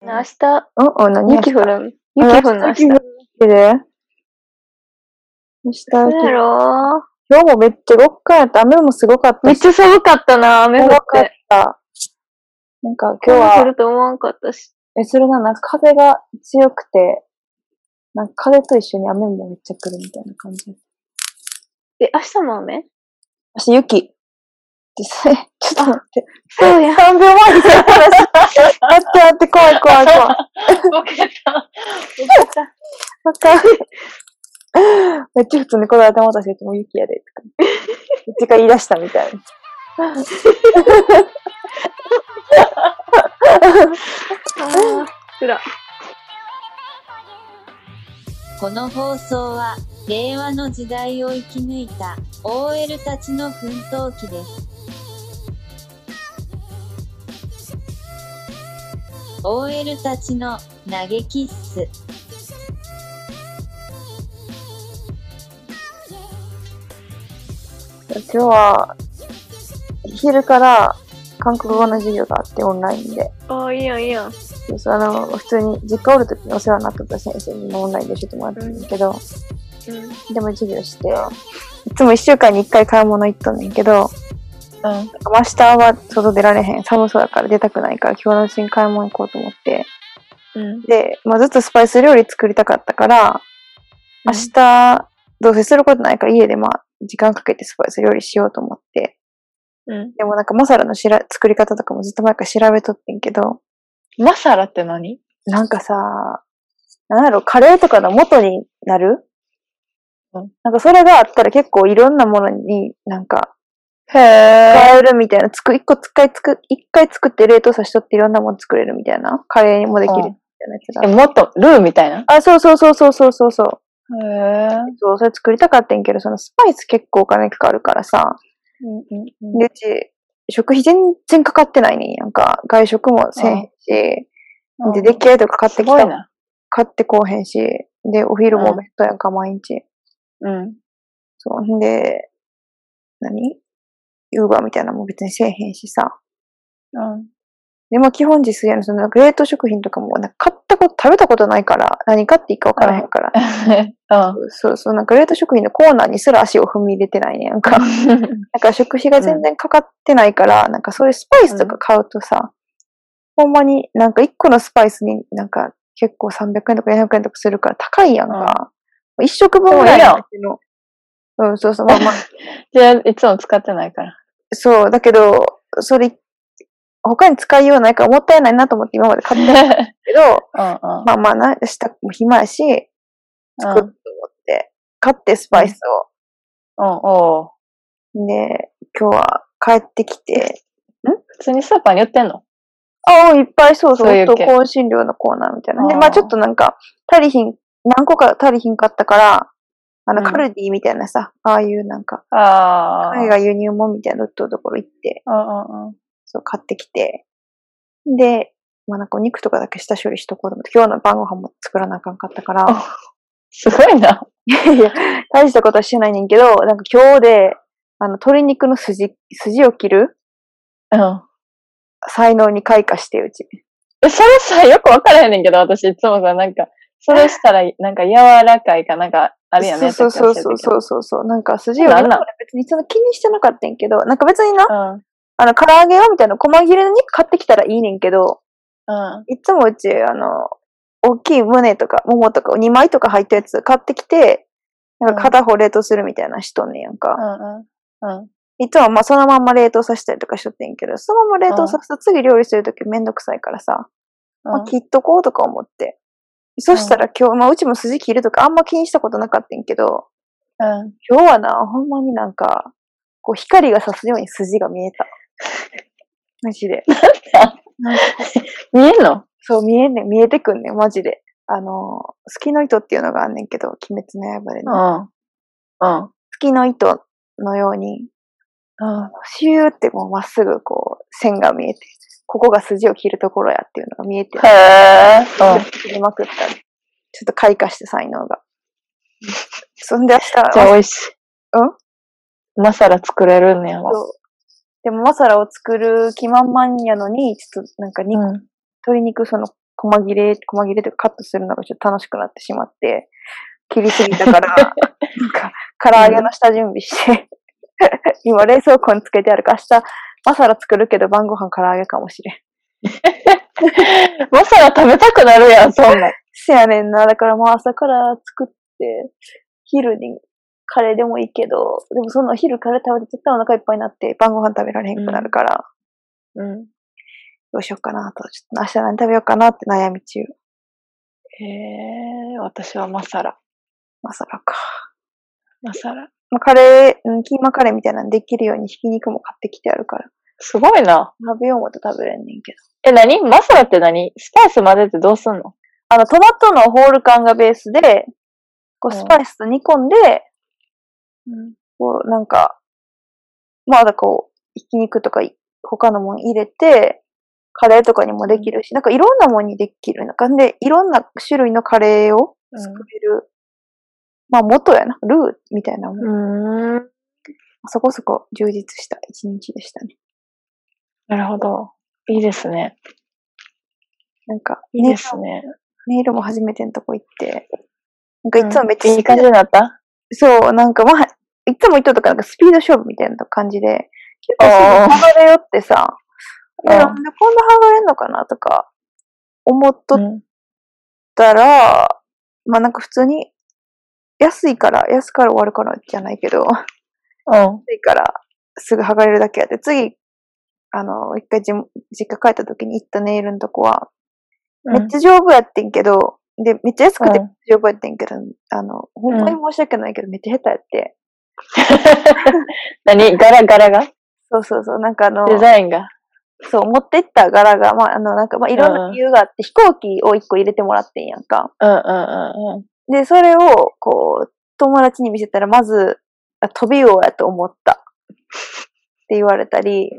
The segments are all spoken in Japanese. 明日、うんうん、何ユキフるん。明ユ日キフるん明日。雪降る明日そ雪うやろ今日もめっちゃ極寒やった。雨もすごかっためっし。ちゃ寒かったな、雨降っ。怖かってた。なんか今今日日は降、ると思わんかったし。え、それな、なんか風が強くて、なんか風と一緒に雨もめっちゃ来るみたいな感じ。え、明日も雨私、雪。実際、ちょっと待って。そう や。 3秒前に話待って待って、怖い怖い 怖い。ボケた。わかる。めっちゃ普通にこだわってもたし、もう雪やで、とか。 めっちゃ言い出したみたいな。あー辛いこの放送は令和の時代を生き抜いた OL たちの奮闘記です。OL たちの嘆きっす。今日は、昼から韓国語の授業があって、オンラインで。あー、いいやん、いいやん。そうそうあの、普通に実家おるときにお世話になってた先生にオンラインで教えてもらったんだけど、うん。でも授業して、いつも1週間に1回買い物行っとんねんけど、うん。明日は外出られへん。寒そうだから出たくないから、今日のうちに買い物行こうと思って。うん。で、まあ、ずっとスパイス料理作りたかったから、うん明日、どうせすることないから家でまあ、時間かけてスパイス料理しようと思って。うん。でもなんかマサラのしら作り方とかもずっと前から調べとってんけど、マサラって何なんかさ、なんやろ、カレーとかの元になる、うんなんかそれがあったら結構いろんなものになんかへえ。使えるみたいな、つく、一個使いつく、一回作って冷凍さしとっていろんなもの作れるみたいな、カレーもできるみたいなやつが。もっと、ルーみたいな。あ、そうそうそうそうそうそうそう。へえ。そう、それ作りたかったんやけど、そのスパイス結構お金かかるからさ、うんうんうんで、うち、食費全然かかってないねんやんか。外食もせえへんし、で、出来合いとか買ってすきごいた、な。買ってこうへんし、で、お昼もうんお弁当やんか、毎日。うん。そう、んで、何ウーバーみたいなのも別にせえへんしさ。うん。で、まあ基本自炊やの、その冷凍食品とかも、なんか買ったこと、食べたことないから、何買っていいか分からへんから。うそうそう、なんか冷凍食品のコーナーにすら足を踏み入れてないねんやんか。ん。なんか食費が全然かかってないから、なんかそういうスパイスとか買うとさ、ほんまになんか1個のスパイスになんか結構300円とか400円とかするから高いやんか。一1食分ぐらいの味の。うん、そうそう、まあまあ、 じゃあ、いつも使ってないから。 そう、だけど、それ、他に使いようないからもったいないなと思って今まで買ってたけど、うんうん。まあまあな、明日も暇やし、作ろうと思って、買ってスパイスを。うん、おうで、今日は帰ってきて、普通にスーパーに売ってんのあ、うんいっぱいそうそう、そういう夫系香辛料のコーナーみたいな。で、あーまあちょっとなんか、足りひん、何個か足りひんかったから、あの、うんカルディみたいなさ、ああいうなんか、ああ。海外輸入もんみたいな売っとるところ行って、うんうんうん。そう、買ってきて、で、まあなんかお肉とかだけ下処理しとこうと思って、今日の晩ご飯も作らなあかんかったから、すごいな。いや、大したことはしてないねんけど、なんか今日で、あの、鶏肉の筋、筋を切るうん。才能に開花して、うち。え、それさ、よくわからへんねんけど、私いつもさ、なんか、それしたら、なんか柔らかいかなんか、あれやね。。そうそうそうそううそうそう。なんか筋をな切んるなん別にその気にしてなかったんやけど、なんか別にな、うん。うん。あの、唐揚げはみたいな、細切れの肉買ってきたらいいねんけど、あいつもうち、あの、大きい胸とか、ももとか、2枚とか入ったやつ買ってきて、なんか片方冷凍するみたいなしとんねんやんか。うんうん。いつもまあそのまんま冷凍させたりとかしとってんけど、そのまま冷凍させたら次料理するときめんどくさいからさ、まあ切っとこうとか思って。そしたら今日、まあうちも筋切るとかあんま気にしたことなかったんやけど、うん。今日はな、ほんまになんか、こう光が差すように筋が見えた。 マジで。なんか見えんのそう見えんねん見えてくんねん、マジで。あの、月の糸っていうのがあんねんけど、鬼滅の刃でうね。ん。うん。月の糸のように、うん。シューってもうまっすぐこう、線が見えて、ここが筋を切るところやっていうのが見えて、へえ。うん。切りまくった。ちょっと開花した才能が。そんで明じゃあ日、美味しい。んマサラ作れるんねやわ。そうでもマサラを作る気満々やのに、ちょっとなんか肉うん。鶏肉その細切れ、細切れというかカットするのがちょっと楽しくなってしまって、切りすぎたから、なんか、唐揚げの下準備して、 今冷蔵庫につけてあるから、明日、マサラ作るけど晩ご飯唐揚げかもしれん。 マサラ食べたくなるやん、そんなん。せやねんな。だからまあ朝から作って、昼にカレーでもいいけど、でもその昼カレー食べて絶対お腹いっぱいになって晩ご飯食べられへんくなるから、うん。どうしようかなと。ちょっと明日何食べようかなって悩み中。へえ、私はマサラ。まあそらか。マサラ。まあカレー、うんキーマカレーみたいなのできるようにひき肉も買ってきてあるから。すごいな。食べようもと食べれんねんけど。え、何マサラって何スパイス混ぜてどうすんのあの、トマトのホール缶がベースで、こううんスパイスと煮込んで、うん。こう、なんか、まあだこう、ひき肉とかい他のもん入れて、カレーとかにもできるし、なんかいろんなもんにできる。なんかで、いろんな種類のカレーを作れる。まあ元やな。ルーみたいなもん。うーん。そこそこ充実した一日でしたね。なるほど。いいですね。なんか、いいですね。ネイルも初めてのとこ行って、なんかいつもめっちゃいい感じになったそう、なんかまあ、いつも言っとったから、なんかスピード勝負みたいな感じで、結構あーすぐ剥がれよってさ、ういんやなんでこんな剥がれんのかなとか、思っとっ うんたら、まあなんか普通に、安いから、安から終わるからじゃないけど、安うん。いからすぐ剥がれるだけやって、次、あの、一回じ実家帰った時に行ったネイルのとこは、めっちゃ丈夫やってんけど、で、めっちゃ安くてうん丈夫やってんけど、あの、ほんまに申し訳ないけど、めっちゃ下手やって。何柄柄がそうそうそう、なんかあの、 デザインが。そう、持ってった柄が、まあ、あの、なんか、まあ、いろんな理由があって、飛行機を一個入れてもらってんやんか。うんうんうんうん。で、それを、こう、友達に見せたら、まず、あ飛び魚やと思った。って言われたり、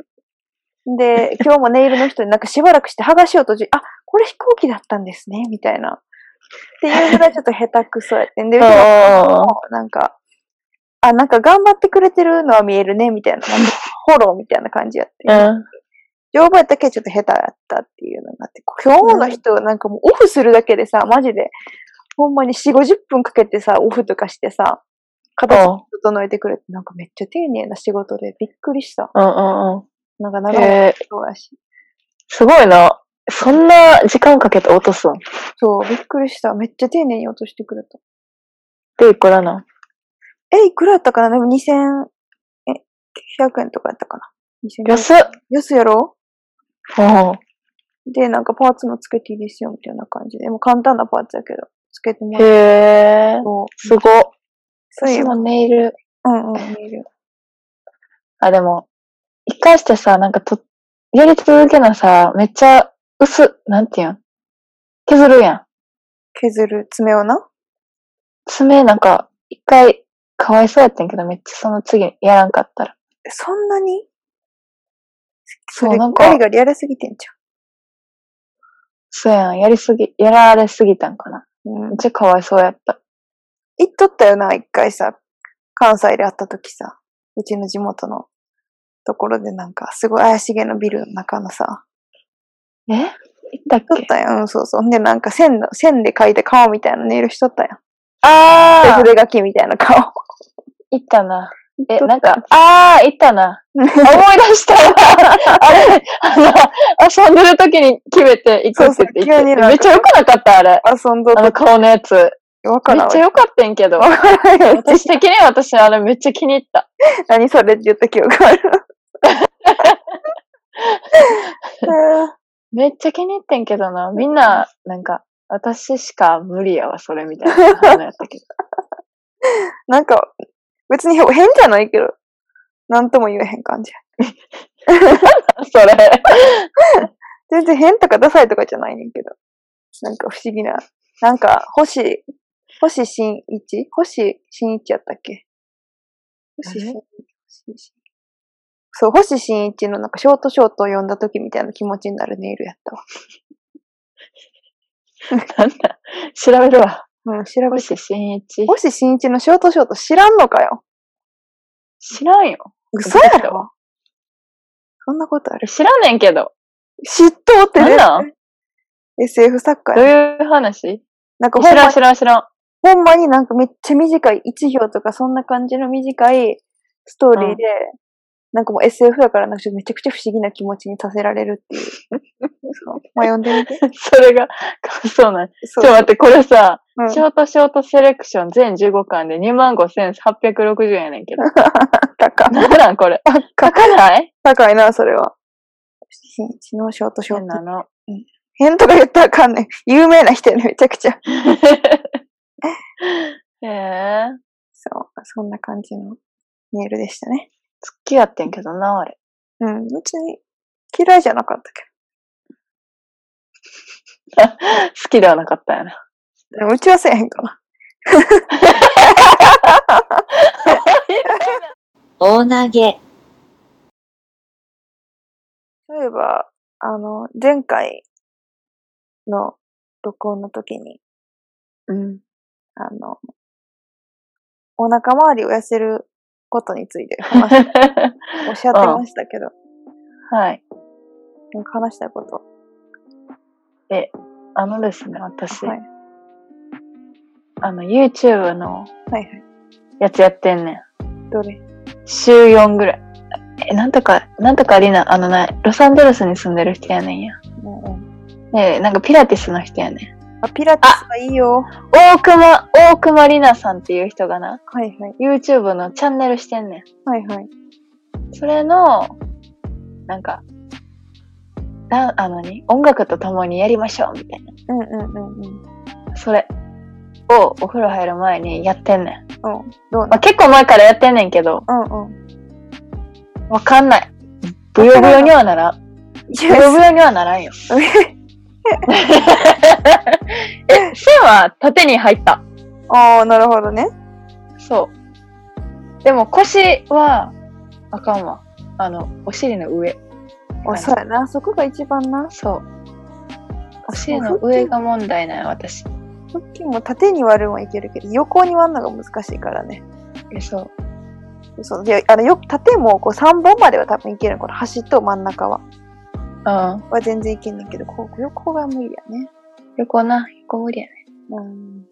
で、今日もネイルの人になんかしばらくして剥がしようとじ、あ、これ飛行機だったんですね、みたいな。っていうぐらいちょっと下手くそやってんで、うちの子もなんか、あ、なんか頑張ってくれてるのは見えるね、みたいな。なんかフォローみたいな感じやって。うん。乗馬やったけちょっと下手だったっていうのがあって、今日の人なんかもうオフするだけでさ、マジで、ほんまに4、50分かけてさ、オフとかしてさ、形うん整えてくれて、なんかめっちゃ丁寧な仕事でびっくりした。うんうんうん。なんか長いえー、そうやし。すごいな。そんな時間かけて落とすのそう、びっくりした。めっちゃ丁寧に落としてくれた。で、いくらなんえ、いくらやったかなでも2000、え、900円とかやったかな。2000円。安っ。安やろうん。で、なんかパーツもつけていいですよ、みたいな感じで。でもう簡単なパーツやけど、つけてもらって。へーそうすごっ。そうい私う。もネイル。うんうん、見える。あ、でも、一回してさ、なんかと、やり続けなさ、めっちゃ薄、なんていうん削るやん。削る爪をな。爪なんか、一回、かわいそうやってんけど、めっちゃその次やらんかったら。そんなにそそう、れなんガかリ、ガリやりすぎてんじそうやん。やりすぎ、やられすぎたんかな。ゃん。うんめっ。ちゃかわいそうやった。行っとったよな、一回さ、関西で会った時さ、うちの地元のところでなんか、すごい怪しげなビルの中のさ、え行ったっ行っとけったやん、うん、そうそう。ほんでなんか線の、線で描いて顔みたいなネイルしとったやん。でああ筆書きみたいな顔。行ったな。え、行っとったなんか、ああ行った な。あ思い出 したわ。あれ、あの、遊んでる時に決めて行くっそて言ってうそう急になん行ってかめっちゃ良くなかった、あれ。遊んどっあた。の顔のやつ。わかめっらんわちゃ。良かったんけど。わからんよ。私的には私、あれめっちゃ気に入った。 何それって言った記憶ある。 めっちゃ気に入ってんけどな。みんな、なんか、私しか無理やわ、それみたいな反応やったけど。なんか、別に変じゃないけど、なんとも言えへん感じ。 それ。全然変とかダサいとかじゃないねんけど。なんか不思議な。なんか、星、星新一星新一やったっけ星新一星新一そう、星新一のなんかショートショートを読んだ時みたいな気持ちになるネイルやったわ。なんだ。調べるわ。うん、調べて。星新一。星新一のショートショート知らんのかよ。知らんよ。嘘やろそんなことある。知らねんけど。嫉妬って なんね。なん SF 作家どやうな。いう話なんかほん知らまん知らん知らん。 ほんまになんかめっちゃ短い、1行とかそんな感じの短いストーリーで、なんかもう SF だからなんかちょっとめちゃくちゃ不思議な気持ちにさせられるっていう。そうまあ読んでみて。それが感想なん。ちそょっう。と待って、これさ、うんショートショートセレクション全15巻で25,860円やねんけど。 高いなんなんこれ。書かない高いな、それは。新一のショートショー変トな。の。変とか言ったらあかんねん。有名な人やねん、めちゃくちゃ。へえ。そう。そんな感じのメールでしたね。付き合ってんけどな、あれ。うん。別に嫌いじゃなかったけ 好きではなかったんやな。ど。でもうちはせえへんかな。大投げ、そういえば、あの、前回の録音の時に、うん。あの、お腹周りを痩せることについて話 おっしゃってましたけど、はい。なんか話したいこと。あのですね、私、はい。あの、YouTube のはいはい。やつやってんねん。どれ週4ぐらい。え、なんとか、なんとかリナ、あのな、ロサンゼルスに住んでる人やねんや。うんうんねなんかピラティスの人やねん。あ、ピラティスはいいよ。は大熊、大熊里奈さんっていう人がな、いはい。 YouTube のチャンネルしてんねはいはい。ん。それの、なんか、ダンあのに、音楽と共にやりましょうみたいうんうんうんうん。な。それをお風呂入る前にやってんねん。うん。どうまなあ、結構前からやってんねんけど、うんうん。わかんない。ブヨブヨにはならん。 いブやヨブヨにはならんよ。え、線は縦に入った。ああ、なるほどね。そう。でも腰は、あかんわ。あの、お尻の上。あ、そうやな。そこが一番な。そう。お尻の上が問題なんや、私。腹筋も縦に割るのはいけるけど、横に割るのが難しいからね。えそう。そうであのよ縦もこう3本までは多分いけるこの端と真ん中はうん。は全然いけんねんけどこう横が無理やね横な、横無理やね。うん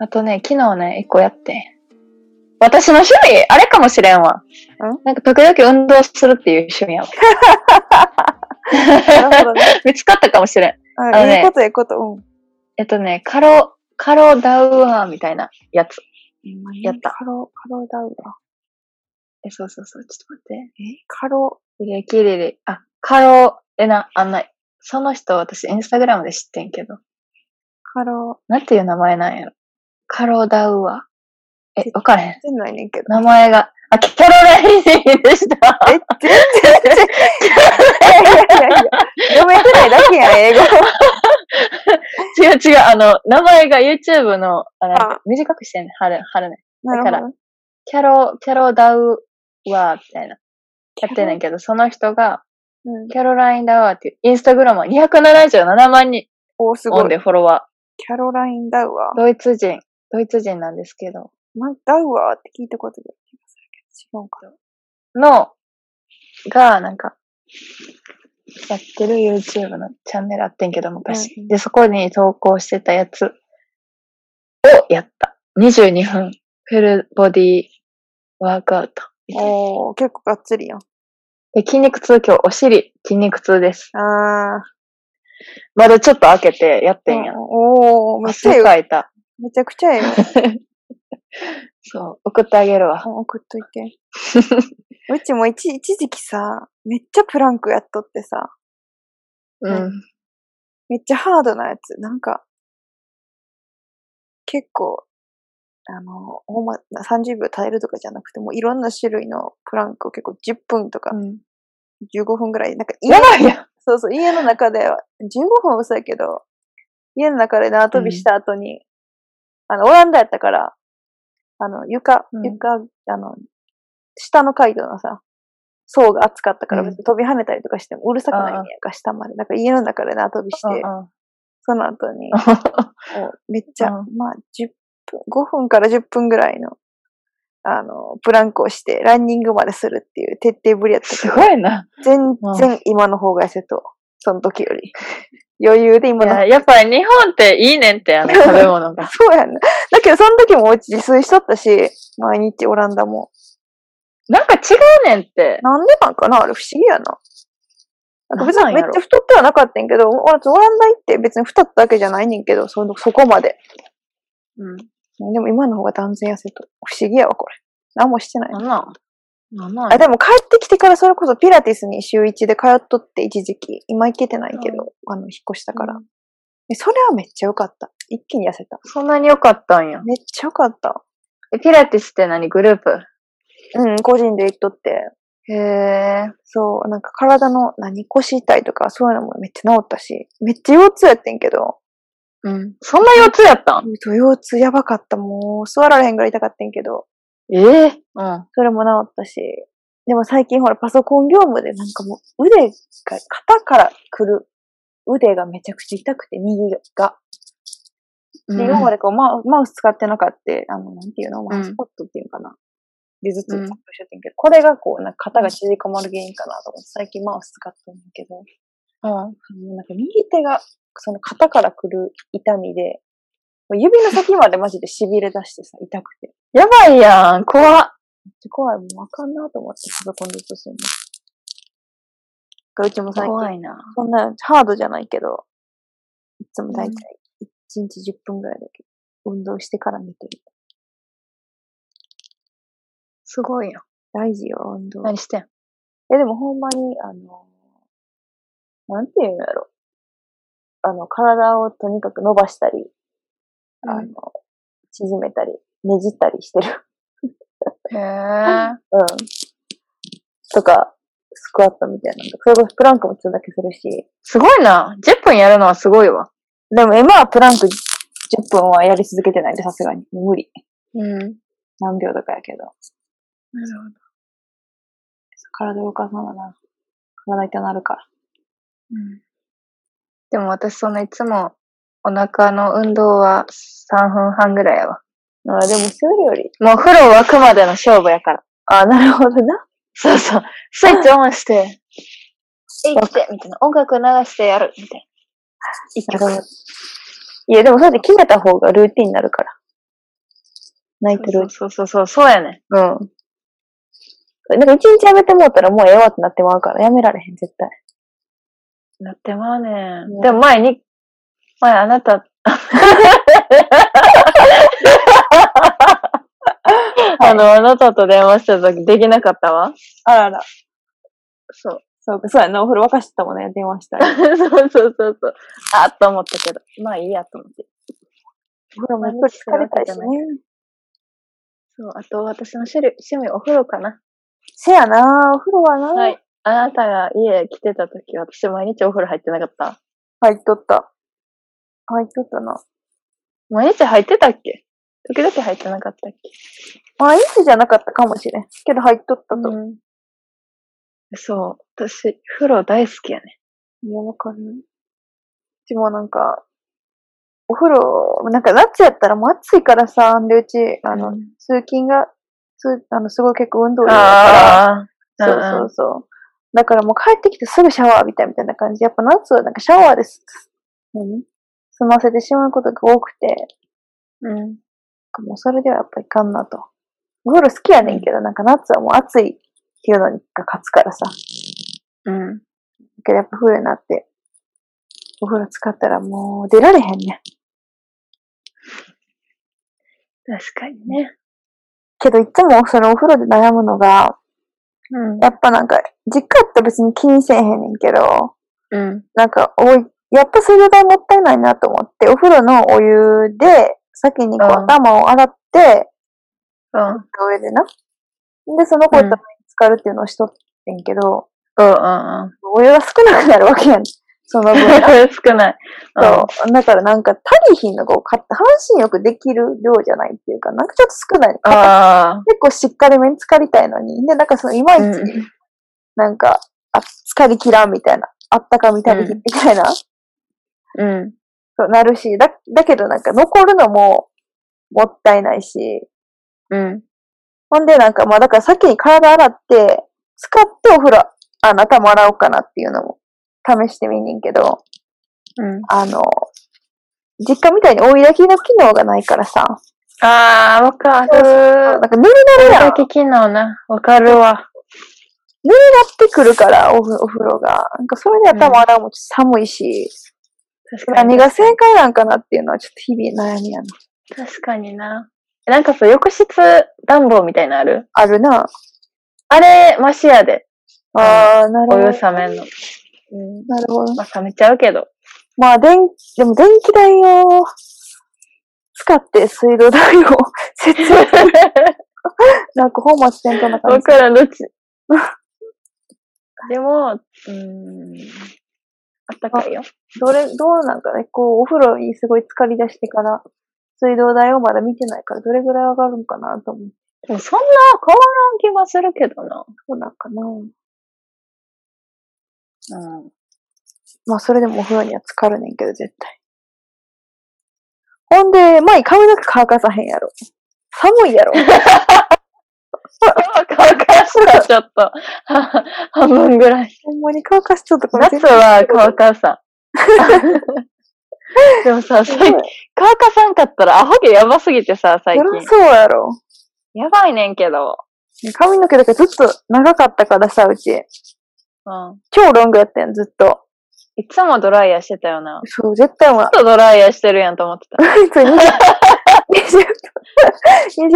あとね、昨日ね、一個やって。私の趣味、あれかもしれんわ。なんか時々運動するっていう趣味やわ。な るほどね、見つかったかもしれん。うんあのねいいことええことうんえっとね、カロ、カロダウアーみたいなやつ。やったカロカロダウアえ、そうそうそう、ちょっと待って。えカロキレキレレ、あ、カロ、えな、あんない。その人、私、インスタグラムで知ってんけど。カロなんていう名前なんやろ。カロダウアー。え、わからへん。全然ないねんけど名前が。あ、キャロラインでした。え 全然全然いやいやいやいや読めてないだけ やん英語違う違う。あの、名前が YouTube の、あのあ短くしてんね。春、春ね。なるだほからキャロ、キャロダウアーみたいな。やってんねんけど、その人が、ど、うん、キャロライン・ダウアーっていう、インスタグラマー277万人おーすオごンいでフォロワキャロライン・ダウアー。ドイツ人、ドイツ人なんですけど、ー、ま、ダウアーって聞いたことがある気がするけど違うかの、が、なんか、やってる YouTube のチャンネルあってんけど、昔。うんうんで、そこに投稿してたやつをやった。22分、フルボディワークアウト。おー結構がっつりやんで、筋肉痛今日お尻、筋肉痛です。あーまだちょっと開けてやってんやうん。おーめっちゃええ汗かいた。めちゃくちゃええよ。そう、送ってあげるわ。うん送っといて。うちも一一時期さ、めっちゃプランクやっとってさ、うん。めっちゃハードなやつ。なんか、結構、あの、ほんま、30秒耐えるとかじゃなくて、もういろんな種類のプランクを結構10分とかうん15分ぐらい、なんか家やばいやん。そうそう、家の中では、15分は嘘やけど、家の中で縄跳びした後に、あの、オランダやったから、あの、床う、ん床、あの、下の階のさ、層が厚かったからうん別に飛び跳ねたりとかしてもうるさくないんやんか、下まで。だから家の中で縄跳びして、うんうんその後に、こうめっちゃ、うまあ、10分、5分から10分ぐらいの、あの、プランクをして、ランニングまでするっていう徹底ぶりやったけ すどごいな。全然今の方が痩せとう、その時より。 余裕で今いのや、。やっぱり日本っていいねんって、あの、食べ物が。そうやんな。だけど、その時もうち自炊しとったし、毎日オランダも。なんか違うねんって。なんでなんかなあれ不思議やな。なんか別にめっちゃゃ。太ってはなかったんやけど、俺オランダ行って別に太っただけじゃないねんけど、そのそこまで。うん。でも今の方が断然痩せと。不思議やわ、これ。何もしてない。なんなんなんなあ、んでも帰ってきてからそれこそピラティスに週1で通っとって一時期。今行けてないけど、あの、引っ越したから。えそれはめっちゃ良かった。一気に痩せた。そんなに良かったんや。めっちゃ良かった。えピラティスって何グループうん、個人で行っとって。へえ。そう、なんか体の何腰痛いとかそういうのもめっちゃ治ったし、めっちゃ腰痛やってんけど、うん。そんな腰痛やったん腰痛やばかった。もう座られへんぐらい痛かったんけど、ええうん。それも治ったし、でも最近ほらパソコン業務でなんかもう腕が、肩から来る腕がめちゃくちゃ痛くて、右が。で、今までこうマウマウス使ってなかった、あの、なんていうの、マウスポットっていうのかな。で、ずっと使うっんてたんやけど、これがこう、なんか肩が縮こまる原因かなと思って、最近マウス使ってんだけど、もうん。うなんか右手が、その肩から来る痛みで、もう指の先までマジで痺れ出してさ、痛くて。やばいやん。怖っ。めっちゃ怖い、もうあかんなと思って、パソコンずっとするの。だからうちも最近、怖いな。そんなハードじゃないけど、いつも大体1日10分ぐらいだけど、運動してから見てる。すごいやん。大事よ、運動。何してんえ、でもほんまに、あの、なんていうんやろ。あの、体をとにかく伸ばしたり、あの、縮めたり、ねじったりしてる。 へえ。うん。とか、スクワットみたいなのとか。それこそプランクもちょっとだけするし。すごいな。10分やるのはすごいわ。でも今はプランク10分はやり続けてないで、さすがに。無理。うん。なる何秒とかやけど。ほど。体動かさなな。体痛なるから。うん。でも私そのいつもお腹の運動は3分半ぐらいやわ。あでも、それよ り。もう風呂沸くまでの勝負やから。あ、なるほどな。そうそう。スイッチオンして、えいって、みたいな。音楽流してやる、みたいなるな。ほどいや、でもそうやって決めた方がルーティンになるから。ナイトルーテそうそうそうそう、そうやね。ィン。うん。なんか一日やめてもうたらもうええわってなってまうから、やめられへん、絶対。なってまうねうんん。でも前に、前あ なた、あの、あなたと電話した時できなかったわ。あらあら。そう。そうか、そうやな。お風呂沸かしてたもんね、電話したら。そうそうそうそう。あっと思ったけど、まあいいやと思って。お風呂もやっぱり疲れたしね。そう、あと私の趣味、趣味お風呂かな。せやなお風呂はな、はい。あなたが家来てた時、私毎日お風呂入ってなかった。入っとった。入っとったな。毎日入ってたっけ時々入ってなかったっけ毎日じゃなかったかもしれん。けど入っとったと。うん、そう、私、風呂大好きやね。いや、わかる。うちもなんか、お風呂、なんか夏やったらもう暑いからさ、でうち、あの、うん通勤が、つあの、すごい結構運動量だかあら、あ、うそんううそんうそう。だからもう帰ってきてすぐシャワーみたいみたいな感じ。やっぱ夏はなんかシャワーです。何済ませてしまうことが多くて、うん。もうそれではやっぱいかんなと。お風呂好きやねんけど、なんか夏はもう暑いっていうのが勝つからさ。うん。だけどやっぱ冬になって、お風呂使ったらもう出られへんね。確かにね。けどいつもそのお風呂で悩むのが、うん。やっぱなんか、実家って別に気にせえへんねんけど、うん。なんかおい、やっぱ水道代もったいないなと思って、お風呂のお湯で、先にこううん頭を洗って、うん。上でな。で、その子とに浸かるっていうのをしとってんけど、うん。うん。お湯が少なくなるわけやん。その分。少ない。そう。だからなんか、足りひんのが多かった。半身浴できる量じゃないっていうか、なんかちょっと少ない。うん。ああ。結構しっかりめに浸かりたいのに。で、なんかその、いまいち、うんなんか、あ、疲れきらんみたいな。あったかみたいみたいな、うん。そうなるし、だ、だけどなんか残るのももったいないし、うん。ほんでなんかまあだから先に体洗って、使ってお風呂、あの、頭洗おうかなっていうのも試してみんねんけど、うん。あの、実家みたいに追い炊きの機能がないからさ、あー、わかるなんー。かぬるなるなだけ機能な。わかるわ。ってくるから、おふお風呂が。なんかそれで頭洗うのもちょっと寒いし、確か何に。が正解なんかなっていうのはちょっと日々悩みやな。確かにな。なんかそう、浴室暖房みたいなのあるあるな。あれ、マシやで。ああ、なお湯るほど。冷めんの。うん。なるほど。まあ、冷めちゃうけど。 まあ、電、でも電気代を使って水道代を 節約。なんか本末転倒な感わじ。からん、どっち。 でも、うーん。あったかいよ。どれ、どうなんかね、こう、お風呂にすごい浸かり出してから、水道代をまだ見てないから、どれぐらい上がるんかなと思う。でもそんな変わらん気はするけどな。そうなんかな。うん。まあ、それでもお風呂には浸かるねんけど、絶対。ほんで、前髪の毛乾かさへんやろ。寒 いやろ。乾かした、ちょっと。 半分ぐらい。ほんまに乾かしちゃったから夏は乾かさん。 でもさ、最近、乾かさんかったらアホ毛やばすぎてさ、最そりゃ近。そうやろ。やばいねんけど。髪の毛だけずっと長かったからさ、うち。うん。超ロングやったやん、ずっと。いつもドライヤーしてたよな。そう、 絶対ちょは。っとドライヤーしてるやんと思ってた。普 通に 20, 分、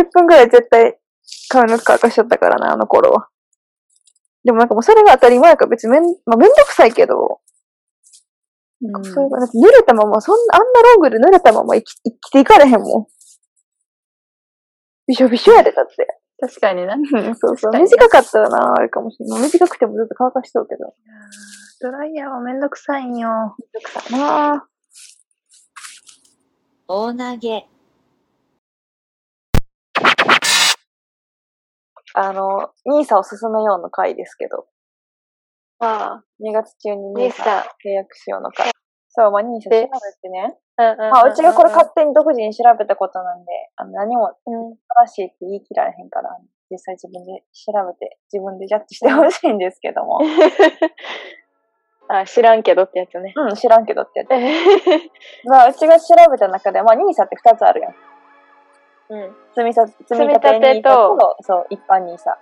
20分くらい絶対髪の毛乾かしちゃったからな、あの頃は。でもなんかもうそれが当たり前やから別にめん、まあ、めんどくさいけど、うんそうだって濡れたまま、そんな、あんなロングで濡れたまま生き生きていかれへんもん。びしょびしょやで、だって。確かにな。そうそ確う。かに短かったらな、あれかもしれない。短くてもずっと乾かしそうけど。ドライヤーはめんどくさいんよ。まあ、大投げ、あの、ニーサを進めようの回ですけど、ああ、 2月中にニ兄ーサさん。契約しようの回。そう、まあニーサ調べでてね。ままあうちがこれ 勝手に独自に調べたことなんで、あの何も正しいって言い切られへんから、実際自分で調べて、自分でジャッジしてほしいんですけども。あ、知らんけどってやつね。うん、知らんけどってやつ。まあうちが調べた中で、まあニーサって2つあるやん。うん。うんうん積み立て、積み立積み立ててと NISA そう、一般ニーサ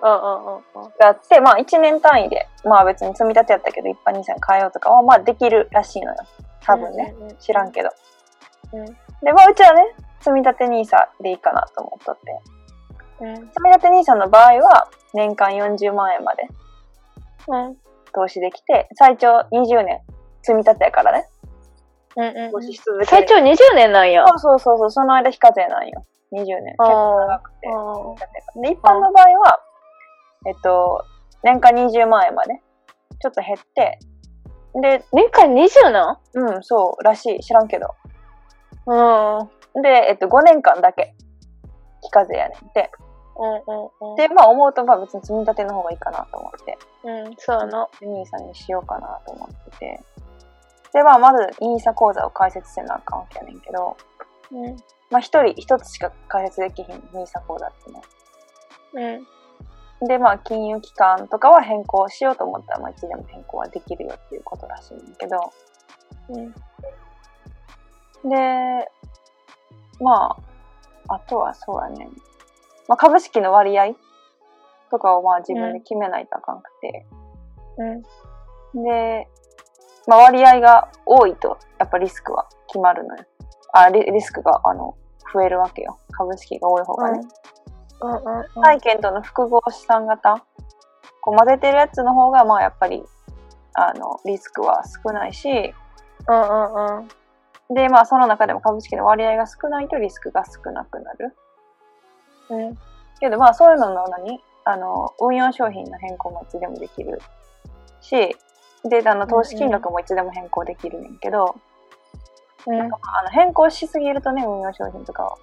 うんうん。があって、まあ1年単位で、まあ別に積み立てやったけど、一般ニーサに変えようとかは、まあできるらしいのよ。多分ね。うんうんうん。知らんけど。うんで、まあうちはね、積み立て NISA でいいかなと思っとって。うん積み立て NISA の場合は、年間40万円までうん投資できて、最長20年、積み立てやからね、うん投資し続ける。最長20年なんや。そうそうそうそう、その間非課税なんよ。20年。結構長くて。うんで、一般の場合は、えっと、年間20万円まで、ちょっと減って、で、年間20なんうん、そう、らしい。知らんけど。うん。うんで、えっと、5年間だけ、非課税やねんって。うんうん。で、まあ思うと、まあ別に積み立ての方がいいかなと思って、うん、そうの。ニーサにしようかなと思ってて。で、まあまず、ニーサ講座を開設せなあかんわけやねんけど、うん。まあ一人一つしか開設できひん、ニーサ講座ってね。うん。で、まあ金融機関とかは変更しようと思ったら、まあいつでも変更はできるよっていうことらしいんだけど、うん。で、まあ、あとはそうやね。まあ、株式の割合とかをまあ自分で決めないとあかんくて。うん。で、まあ、割合が多いと、やっぱリスクは決まるのよ。あ、リリスクが、あの、増えるわけよ。株式が多い方がね。うんうんうん。債券との複合資産型こう混ぜてるやつの方が、まあ、やっぱり、あの、リスクは少ないし、うんうんうん。で、まあ、その中でも株式の割合が少ないとリスクが少なくなる。うん。けどまあそういうのの何あの運用商品の変更もいつでもできるしであの投資金額もいつでも変更できるねんけど、うん。あの変更しすぎるとね運用商品とかを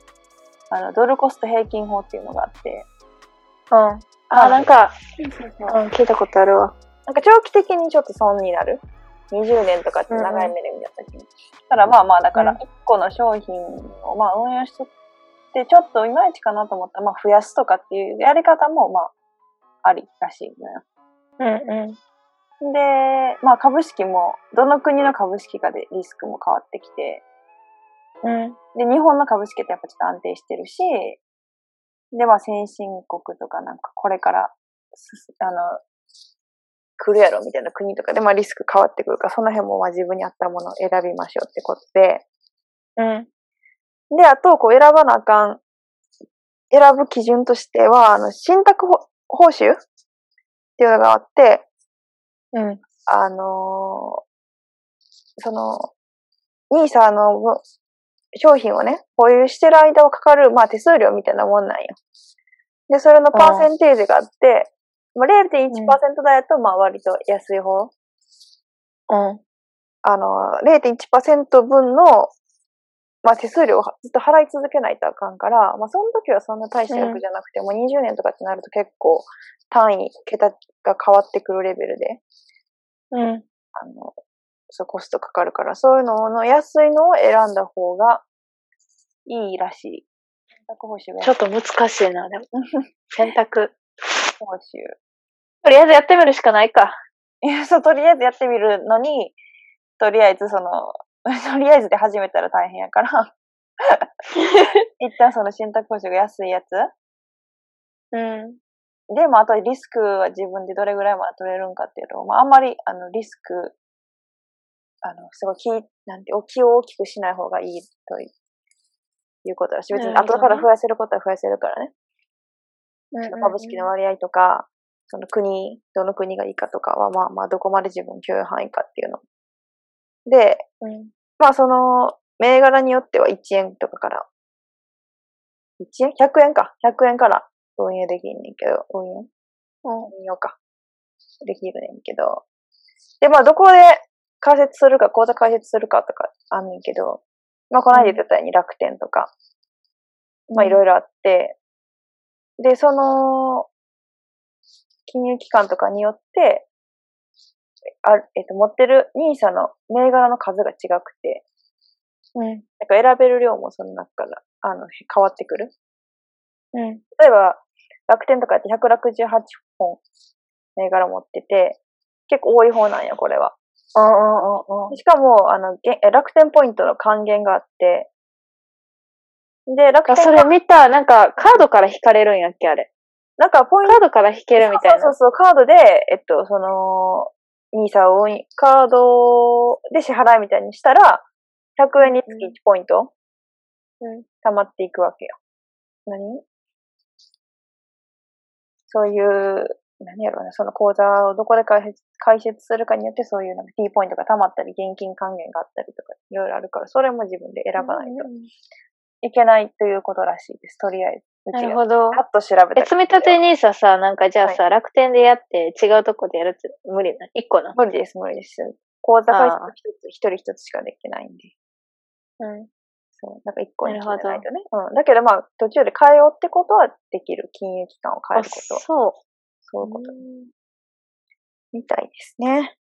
あのドルコスト平均法っていうのがあってうん。まあ、なんか、なうん、聞いたことあるわ。んか長期的にちょっと損になる20年とかって長い目で見た時に、ただまあまあだからうん1個の商品をまあ運用しとってちょっといまいちかなと思ったら、まあ、増やすとかっていうやり方もまあありらしいのようんうで、まあ株式も、どの国の株式かでリスクも変わってきて、うん。で、日本の株式ってやっぱちょっと安定してるし、で、まあ先進国とかなんかこれからすす、あの、来るやろみたいな国とかで、まあリスク変わってくるから、その辺もまあ自分に合ったものを選びましょうってことで。うん。で、あと、こう選ばなあかん、選ぶ基準としては、あの、信託報報酬っていうのがあって、うん。あのーその、ニーサの分商品をね、保有してる間をかかる、まあ手数料みたいなもんなんよ。で、それのパーセンテージがあって、まあ、0.1%台だと、まあ、割と安い方。うん。あの、0.1%分の、まあ、手数料をずっと払い続けないとあかんから、まあ、その時はそんな大した額じゃなくて、もう20年とかってなると結構単位、桁が変わってくるレベルで、うん。あの、そう、コストかかるから、そういうのの安いのを選んだ方がいいらしい。選択報酬がちょっと難しいな、 でも。選択。報酬。とりあえずやってみるしかないか。いや、そう、とりあえずやってみるのに、とりあえずその、 とりあえずで始めたら大変 やから、一旦その信託報酬が安いやつ。うん。で、まあ、あとリスクは自分でどれぐらいまで取れるんかっていうのを、まあ、あんまり、あの、リスク、あの、すごい気、なんて、お気を大きくしない方がいいといいうことだし、別になるほど後ねから増やせることは増やせるからね。株式の割合とか、その国、どの国がいいかとかは、まあまあ、どこまで自分許容範囲かっていうの。で、うんまあその、銘柄によっては1円とかから、1円 ?100 円か。100円から運用できんねんけど、運用運用か。できるねんけど。で、まあどこで開設するか、口座開設するかとかあんねんけど、まあこの間言ってたように楽天とか、まあいろいろあって、で、その、金融機関とかによって、あるえっと、持ってる NISA の銘柄の数が違くて、うん。なんか選べる量もその中から、あの、変わってくる。うん。例えば、楽天とかやって168本銘柄持ってて、結構多い方なんよ、これは。ああ、ああ、しかも、あの、げえ楽天ポイントの還元があって、で、楽ああ。天それが見た、なんか、カードから引かれるんやっけ、あれ。なんかポイントカードから引けるみたいな。そうそうそう、カードで、えっと、その、ニーサを運用、カードで支払いみたいにしたら、100円につき1ポイント、うん溜まっていくわけよ。何そういう、何やろうね、その口座をどこで開設開設するかによって、そういうなんか T ポイントが溜まったり、現金還元があったりとか、いろいろあるから、それも自分で選ばないといけないということらしいです、とりあえず。うなちるがほど。パッと調べえ、た積み立て NISA さ、なんかじゃあさ、楽天でやって違うとこでやるって無理な。一個な。無理です、無理です。講座開設ああ一つ、一人一つしかできないんで。うん。そう。なんか一個なにる決ほどめないとね。うん。だけどまあ、途中で変えようってことはできる。金融機関を変えあ、ることは。そう。そういうこと。みたいですね。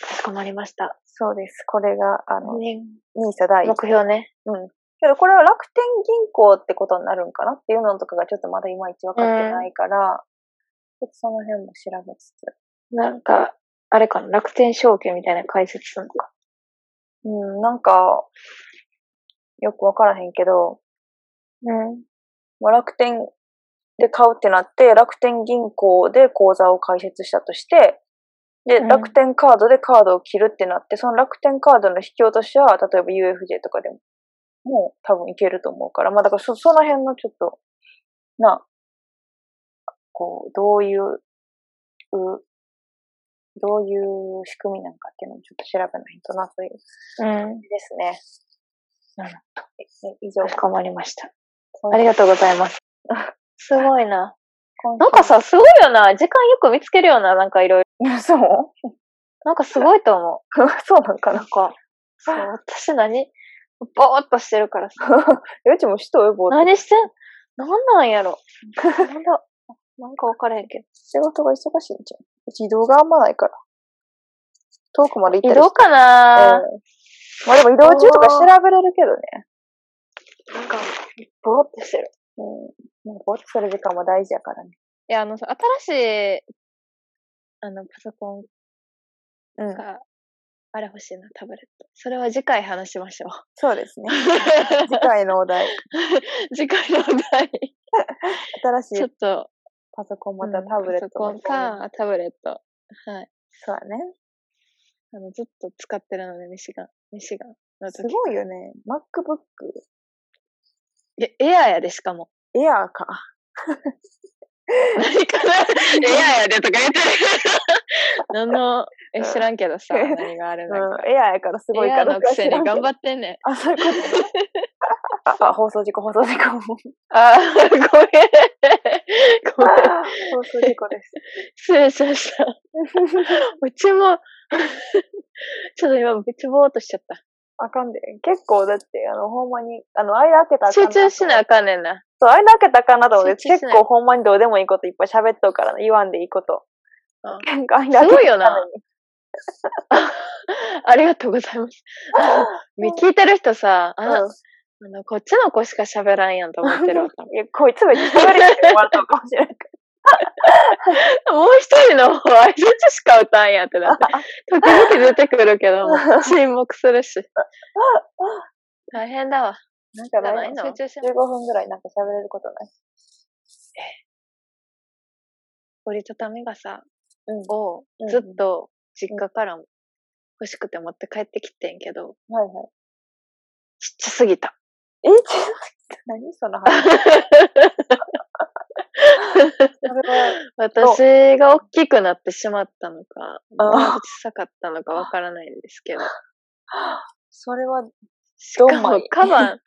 かしこまりました。そうです。これが、あの、ねニーサ第一目標ね。けどこれは楽天銀行ってことになるんかなっていうのとかがちょっとまだいまいち分かってないから、ちょっとその辺も調べつつ。なんか、あれかな、楽天証券みたいな解説するのか。うん、なんか、よく分からへんけど、うん。まあ、楽天で買うってなって、楽天銀行で口座を開設したとして、で、うん楽天カードでカードを切るってなって、その楽天カードの引き落としは、例えば UFJ とかでも、もう多分いけると思うから、まあだからそ、その辺のちょっと、な、こう、どういう、うどういう仕組みなんかっていうのをちょっと調べないとなといううん。ですね。なるほど。以上か。しこまりました。今ありがとうございます。 すごいな。今週なんかさ、すごいよな。時間よく見つけるよな。なんかいろいろ。 そうなんかすごいと思 そうなんう。かななんか、そう、私何ぼーっとしてるから さ。うちもしとよ、ぼーっと何してんなんなんや ろ。なんだ、なんかわからへんけど。仕事が忙しいんじゃん。うち移動があんまないから。遠くまで行っ移たり動かな、うんまあでも移動中とか調べれるけどね。なんか、ぼーっとしてる。うん。もうぼーっとする時間も大事やからね。いや、あのさ、新しい、あの、パソコンうん。が、あれ欲しいな、タブレット。それは次回話しま しょう。そうですね。次回のお題。次回のお題。新しちょいっと、パソコンうまんたタブレットパソコンか、タブレット。はい。そうだね。あの、ずっと使ってるので、ミシガン。ミシガンのす時。ごいよね。MacBook いや、エアやで、しか も。 Air か。何かなエアやでとか言ってる。何の、え、知らんけどさ、うん何があれうだか。ん。エアやからすごいエかアら。のくせに頑っ張ってんねん。あ、そういうことね。 あ、放送事故、放送事故。あー、ごめん。ごめん。放送事故です。失礼しました。う ちも、ちょっと今、ぶちぼーっとしちゃった。あかんで。結構だって、あの、ほんまに、あの、間開けたらあかん集な中しなあかんねんな。そう、間開けたらあかんなと思って、集中し結ない構ほんまにどうでもいいこといっぱい喋っとうからな、言わんでいいこと。うんなんか間開けたらあかんすごいよな。ありがとうございます。あみ聞いてる人さ、あうんの、あのこっちの子しか喋らんやんと思ってるわ。多分 いや、こいつめっちゃ喋れて終わったのかもしれないかもう一人の方は、いつしか歌わんやってなって。時々出てくるけども、沈黙するし。大変だわ。ら。なんかなないいのの集中し ?15 分ぐらいなんか喋れることない。折りたたみ傘うんをうんずっと実家からも欲しくて持って帰ってきてんけど、はいはい。ちっちゃすぎた。え、ちょっと、何その話。それは、私が大きくなってしまったのか、あ小さかったのかわからないんですけど。それは、しどかんまもいカバ ー、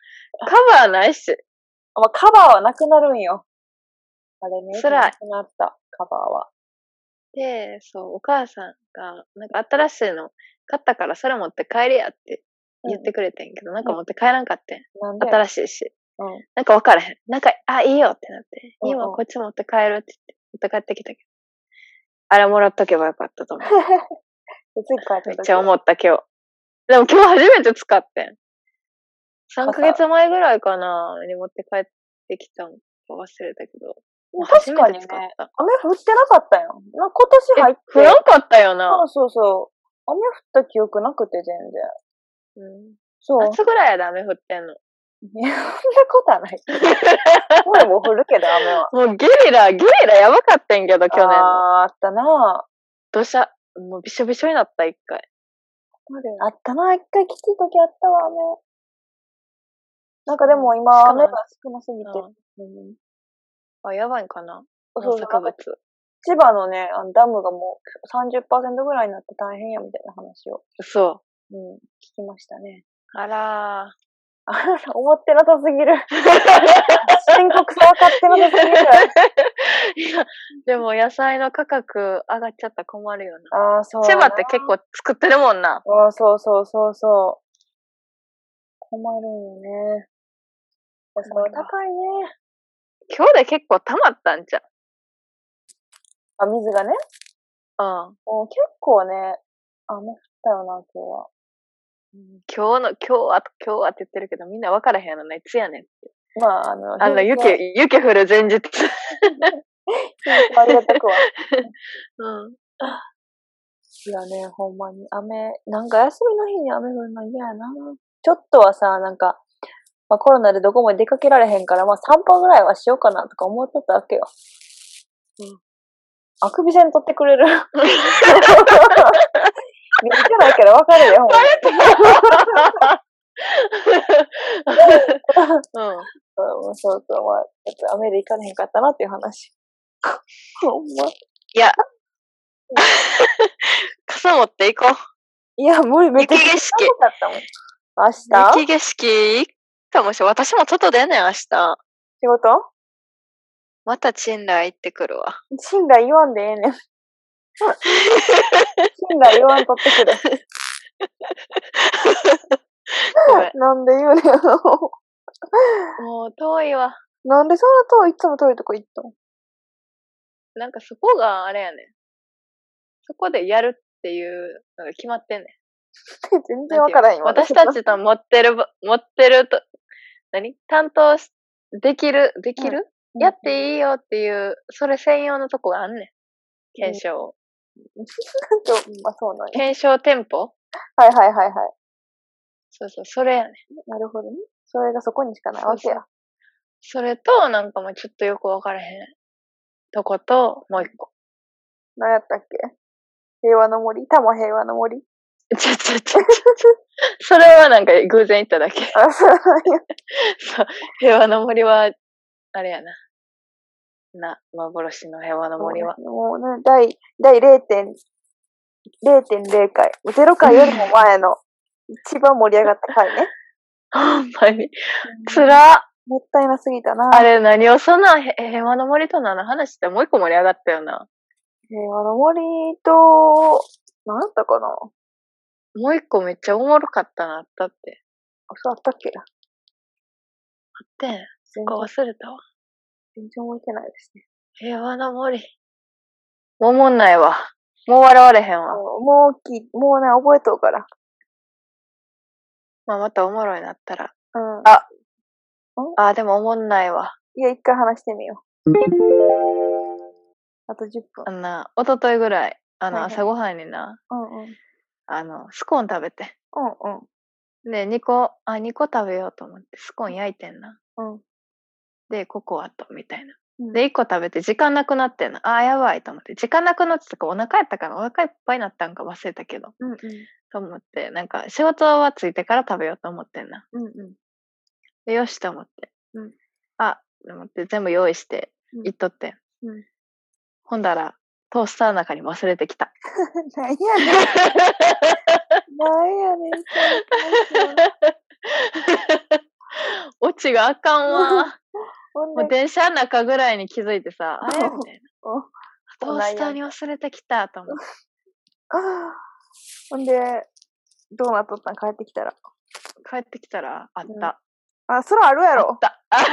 カバーないし。まあ、カバーはなくなるんよ。あれね。辛いなくなった、カバーは。で、そう、お母さんが、なんか新しいの買ったからそれ持って帰れやって言ってくれてんけど、なんか持って帰らんかってん。なんで新しいし。うんなんかわからへん。なんか、あ、いいよってなって。うんうん今こっち持って帰るって言って、持って帰ってきたけど。あれもらっとけばよかった と思う。で次帰っためっ時ちゃ思った今日。でも今日初めて使ってん。3ヶ月前ぐらいかなに持って帰ってきたのか忘れたけど。確か初にねめて使った。雨降ってなかったよ。な今年入っえて。、降らんかったよな。そうそうそう。雨降った記憶なくて全然。うんそう。夏ぐらいやで雨降ってんの。 そんなこと はない。声も降るけど雨は。もうゲリラ、ゲリラやばかったんけど、去年の。あーあったなぁ。土砂、もうびしょびしょになった、一回。あったなぁ。一回きつい時あったわ、雨。なんかでもし今、かも雨が少なすぎて。うんうんあ、やばいんかな。そ農う作物。千葉のね、あのダムがもう30%ぐらいになって大変やみたいな話を、そうん、聞きましたね。う。あらあらら、 思ってなさすぎる。 深刻さ分かってなさす ー。ぎる。いや、でも野菜の価格上がっちゃったら困るよな。ああ、そう。千葉って結構作ってるもんな。ああ、そうそうそうそう。困るよね。お困る皿わ高いね。今日で結構溜まったんじゃあ、水がね。う。うん。もう結構ね、雨降ったよな、今日は。今日の、今日は、今日はって言ってるけど、みんな分からへんのないつやねんって。まあ、あの、あの、日雪付は、雪降る前日。日付はありがたくは。うん。いやね、ほんまに。雨、なんか休みの日に雨降るの嫌やな。ちょっとはさ、なんか、まあ、コロナでどこも出かけられへんから、まあ、散歩ぐらいはしようかなとか思っとったわけよ。うん。あくびせんとってく れる。見てないけどわかるよ。ほんまに うん。うん、そうそう、まあ、やっぱ雨で行かれへんかったなっていう話。ほんま。いや。傘持っていこう。いや、無理、めっちゃ雪景色寒かったもん。明日雪景色いいかもしれん。私も外出んねん、明日。仕事またチンライ行ってくるわ。信頼言わんでええ ねん。信頼言わんとってくれ。ごめなんで言うねん。ん。もう遠いわ。なんでそんな遠い、いつも遠いとこ行ったのなんかそこがあれやねん。そこでやるっていうのが決まってんねん。全然わからんよ。なんていうの私たちの持ってるば、持ってると、何担当し、できる、できる、うんやっていいよっていう、それ専用のとこがあんねん。検証を。そうまあ、そうなんや。検証店舗はいはいはいはい。そうそう、それやね。なるほどね。それがそこにしかないわけや。それと、なんかもうちょっとよくわからへん。とこと、もう一個。何やったっけ平和の森多摩平和の森ちょちょちょ ちょ。それはなんか偶然行っただけ。あ、そうなんや。そう。 平和の森は、あれやな。な、幻の平和の森は。もうね、第、第0点、0.0回。0回よりも前の、一番盛り上がった 回ね。ほんまに。つらっもったいなすぎたな。あれ何をそんな、へ平和の森とのあの話ってもう一個盛り上がったよな。平和の森と、何だったかなあ、もう一個めっちゃおもろかったな、あったって。そうあったっけあってん。全なん然か、忘れたわ。全然覚えてないですね。平和の森。もうおもんないわ。もう笑われへんわ。もう、もうき、もうね、覚えとうから。まあ、またおもろいなったら。うん。あああ、でもおもんないわ。いや、一回話してみよう。あと10分。あんな、一昨日ぐらい、あはの、いはい朝ごはんにな、うんうん。あの、スコーン食べて。うんうん。で、2個、あ、2個食べようと思って、スコーン焼いてんな。うんで、ココアと、みたいな。うんで、1個食べて、時間なくなってんな。あー、やばいと思って。時間なくなってたか、お腹やったから、お腹いっぱいになったんか忘れたけど。うんうん。と思って、なんか、仕事はついてから食べようと思ってんな。うんうん。でよしと思って。うんあ、と思って、全部用意してうん、行っとってん。うんほんだら、トースターの中に忘れてきた。何や ねん。何やねん。その話はオチがあかんわ。 ほんもうで、電車の中ぐらいに気づいてさ、あれみたいな。うんトースターに忘れてきたと思って。ほんで、どうなっとったん帰ってきたら。帰ってきたら、あっうんた。あ、それあるやあっろ。た。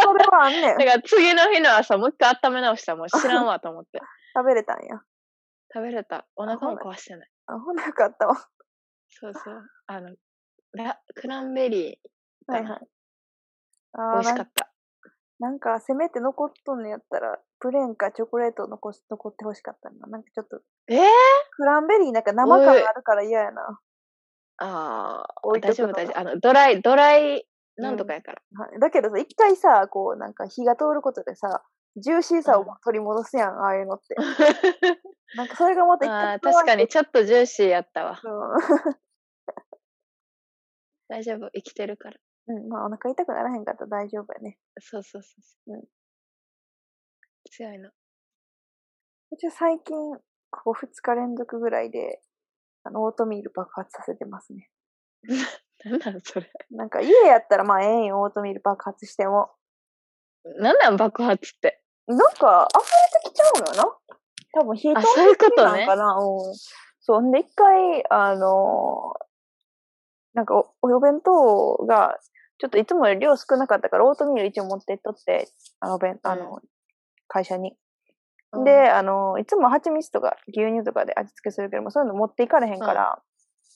それはあ んねんだ。から次の日の朝、もう一回温め直したらもう知らん わと思って。食べれたんや。食べれた。お腹も壊してない。あ、ほんなよかったわ。そうそう。あの、ラクランベリーはかいはな。い。あ美ー味しかなっんた。なんか、せめて残っとんのやったら、プレーンかチョコレート残し残ってほしかったな。なんかちょっと、えー、クランベリーなんか生感おあいるから嫌やな。ああ置、いと大く丈の夫が大丈夫。あの、ドライ、ドライ、なんとかやから。はいだけどさ、一回さ、こう、なんか火が通ることでさ、ジューシーさをうん取り戻すやん、ああいう のって。なんかそれがまた一あ回あ、確かにちょっとジューシーやったわ。う大丈夫、生きてるから。ん。うん、まあお腹痛くならへんかったら大丈夫やね。そうそうそうそう。強いの。うちは最近、ここ2日連続ぐらいで、あの、オートミール爆発させてますね。なんなんそれ。なんか家やったらまあええんよ、オートミール爆発しても。なんなん爆発って。なんか、溢れてきちゃうのよな。多分、冷えあ飛んそういでうことなんかな。うん。そう、んで、一回、あのーなんかお、お弁当が、ちょっといつもより量少なかったから、オートミール一応持ってっとって、あの、弁、あの、会社に。うんで、あのーいつも蜂蜜とか牛乳とかで味付けするけども、そういうの持っていかれへんから、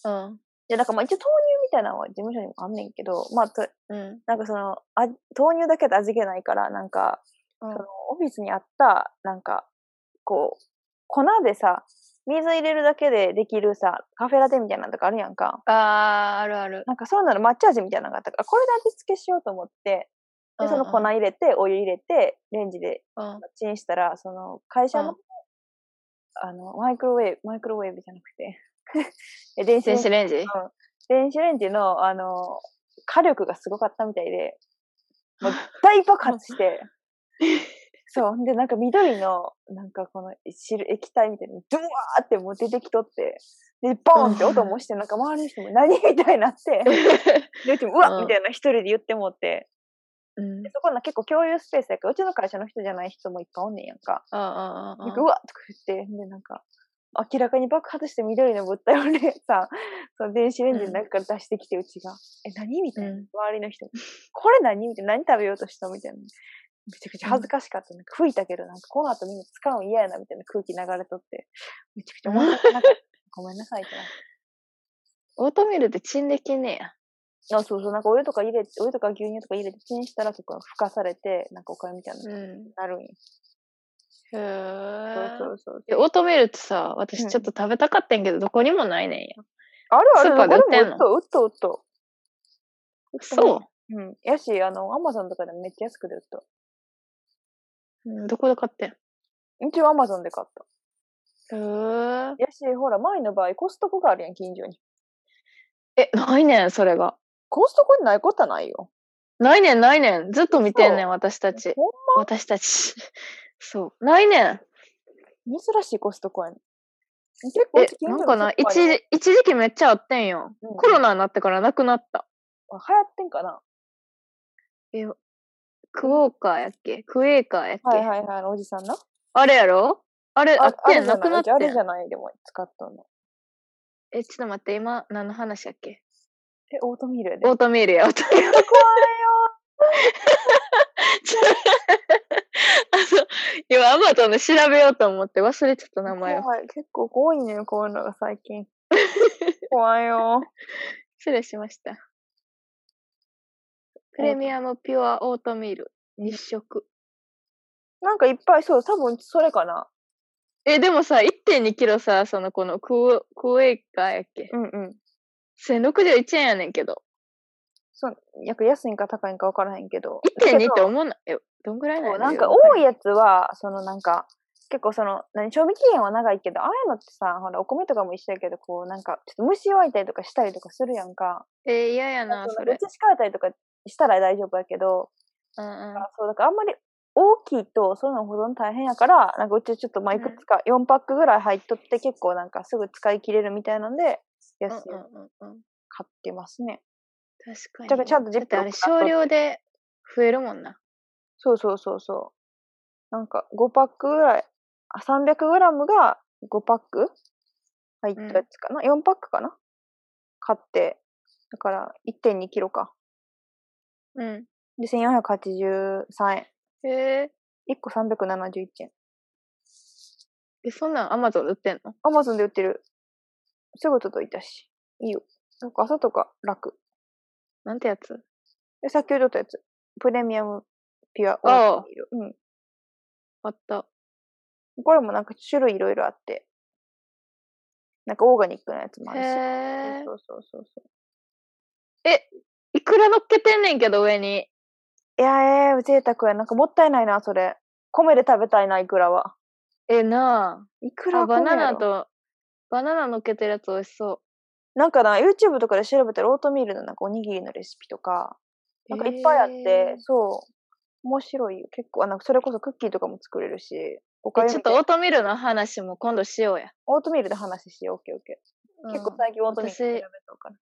うん。で、なんかまあ一応豆乳みたいなのは事務所にもあんねんけど、まあ、とうん。なんかその、あ豆乳だけで味気ないから、なんか、うんそのオフィスにあった、なんか、こう、粉でさ、水入れるだけでできるさ、カフェラテみたいなのとかあるやんか。ああー、あるある。なんかそういうのの抹茶味みたいなのがあったから、これで味付けしようと思って、で、その粉うん入れて、お湯入れて、レンジでうん。チンしたら、その、会社の、うんあの、マイクロウェーブ、マイクロウェーブじゃなくて、 え電子レン電ジ子レンジ電子レンジの、あの、火力がすごかったみた いで、もう大爆発して、そう。で、なんか緑の、なんかこの汁、液体みたいに、ドゥワーってもう出てきとって、で、ボーンって音もして、なんか周りの人も何みたいにな って、で、うちもうわうっんみたいな一人で言ってもって、うん。うんでそこな結構共有スペースやから、うちの会社の人じゃない人もいっぱいおんねんやんか。うんなんうかんうわっとか言って、で、なんか、明らかに爆発して緑の物体をね、さ、その電子レンジの中から出してきて、うちが、え、何みたいな、うん周りの人に。これ何みたいな、何食べようとしたみたいな。めちゃくちゃ恥ずかしかった。なんか吹いたけど、なんかこの後みんな使うん嫌やな、みたいな空気流れとって。めちゃくちゃ面白くなか った。ごめんなさいってなっオートミールってチンできんねて。あ、そうそう、なんかお湯とか入れて、お湯とか牛乳とか入れてチンしたら、そこが孵化されて、なんかお金みたいなや。うん。なるんよへそうーそうそう。えオートミールってさ、う私んちょっと食べたかってんけど、どこにもないねんや。あるあスーる、パーで売っどこてでんもの売っと、売っと、売っと。そううん。やし、あの、アマゾンとかでもめっちゃ安くで売っと。うんどこで買ってん一応アマゾンで買った。へーやし、ほら、前の場合、コストコがあるやん、近所に。え、ないねん、それが。コストコにないことはないよ。ないねん、ないねん。ずっと見てんねん、嘘私たち。ほん私たち。 そう。ないねん。珍しいコストコやねん。結構、えうち、近な所んのかな、スーパ一ーにも時、一時期めっちゃあってんよ。うんコロナになってからなくなった。あ流行ってんかなクォーカーやっけクエーカーやっけ、はいはいはい、あのおじさんな。あれやろあれ、あってれん、じゃないくなっうちてんあれじゃない、でも、使ったの。え、ちょっと待って、今、何の話やっけえ、オートミールやで。オートミールや、オートミール。怖いよ あの、今、アマゾンで調べようと思って忘れちゃった名前を。怖い。結構多いねこういうのが最近。 怖いよ。失礼しました。プレミアムピュアオートミール、日食。なんかいっぱい、そう、多分それかな。え、でもさ、1.2キロさ、その、このクオ、クエーカーやっけうんうん。 1061円やねんけど。そう、やっぱ安いんか高いんか分からへんけど。 1.2ってだけど思わない。え、どんぐらいなのそうなんか多いややつは、そのなんか、結構その、何、賞味期限は長いけど、ああいうのってさ、ほら、お米とかも一緒やけど、こう、なんか、ちょっと虫湧いたりとかしたりとかするやんか。えー、嫌やな、そそのめっれ。ちゃ叱られたりとかしたら大丈夫やけど、うんうん。あそう、だからあんまり大きいと、そういうの保存大変やから、なんかうちちょっとまあういんくつか、4パックぐらい入っとって、結構なんかすぐ使い切れるみたいなんで、うん安いのうんうんうん。買ってますね。確かに。だからちゃんとジだッっプてロあックれだと少量で増えるもんな。そうそうそうそう。なんか5パックぐらい、あ、300グラムが5パック入ったやつかな、?4 パックかな買って、だから1.2キロか。うん。で、1483円。へえ1個371円。え、そんなんアマゾン売ってんのアマゾンで売ってる。すぐ届いたし。いいよ。なんか朝とか楽。なんてやつで、さっき言っとったやつ。プレミアムピュアオああートミール。あった。うん。これもなんか種類いろいろあって。なんかオーガニックなやつもあへるし。え。そうそうそうそう。いくら乗っけてんねんけど、上に。いやえー、贅沢や。なんかもったいないな、それ。米で食べたいな、いくらは。え、なあ。いくらあ、はバ米やろナナと、バナナ乗っけてるやつ美味しそなんかな、YouTube とかで調べたらオートミールのなんかおにぎりのレシピとか、う。なんかいっぱいあっえて、そう。面白いよ。結構、あなんかそれこそクッキーとかも作れるし、おかー、えゆちょっみたとオいなートミールの話も今度しようや。オートミールで話しよう、オッケーオッケー。結構うん最近オートミール調べ私とうから。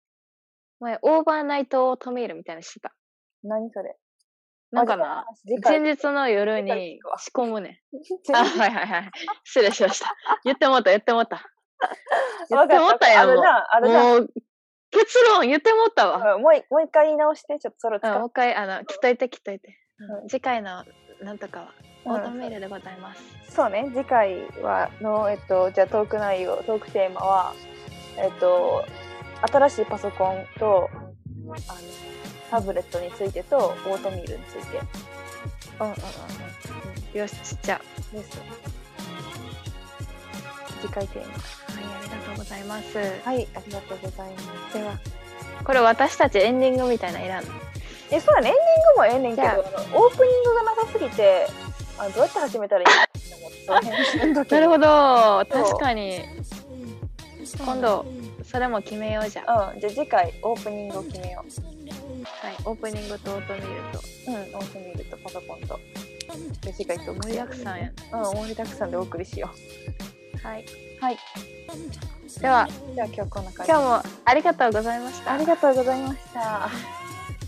前、オーバーナイトオートミールみたいなのしてた。何それなんかな、あじゃあ前 話日の夜次回聞にくわ仕込むねん。次あ、回はいはいはい。 失礼しました。言ってもった、言ってもった。言わってかったもわかっったたやん。もうあれじゃん、あれもう、結論言ってもったじわ。ゃん。うんもういもう一回言い直して、ちょっとそれを使うん、っもう一回、あの、きっといて、きっといて。ううん次回の、なんとかは、オートミうーんルでございます。そうね、次回はの、えっと、じゃあトーク内容、トークテーマは、えっと、新しいパソコンと、あの、タブレットについてと、オートミールについて。うんうんうんうん。よし、じゃあ、です。次回テーマ。はい、ありがとうございます。はい、ありがとうございます。では、これ私たちエンディングみたいなのいらんのえ、そうやね、エンディングもええねんけど、じあゃのオープニングがなさすぎて、あのどうやって始めたらいいかって思って、その編集の時になるほど、そう確かに。今度、それも決めようじゃん。うん、じゃあ次回オープニングを決めよはい、オープニングとオートミールとう。うん、オープニングとパソコンと。じゃあ次回と盛りだくさんやな。うん、盛りだくさんでお送りしよう。はい。はい。では、じゃあ今日こんな感じ今。日もありがとうございましたあ。りがとうございました。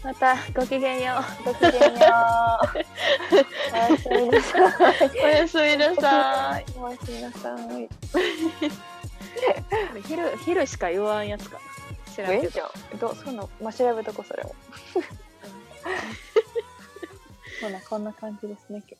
またごきげんよごきげんよう。おやすみなさい。う。おやすみなさい。おやすみなさい。 昼、昼しか言わんやつかな。知らんえけいじど。ゃん。どうそんなまあ、調べとこそれも。ほなこんな感じですね。今日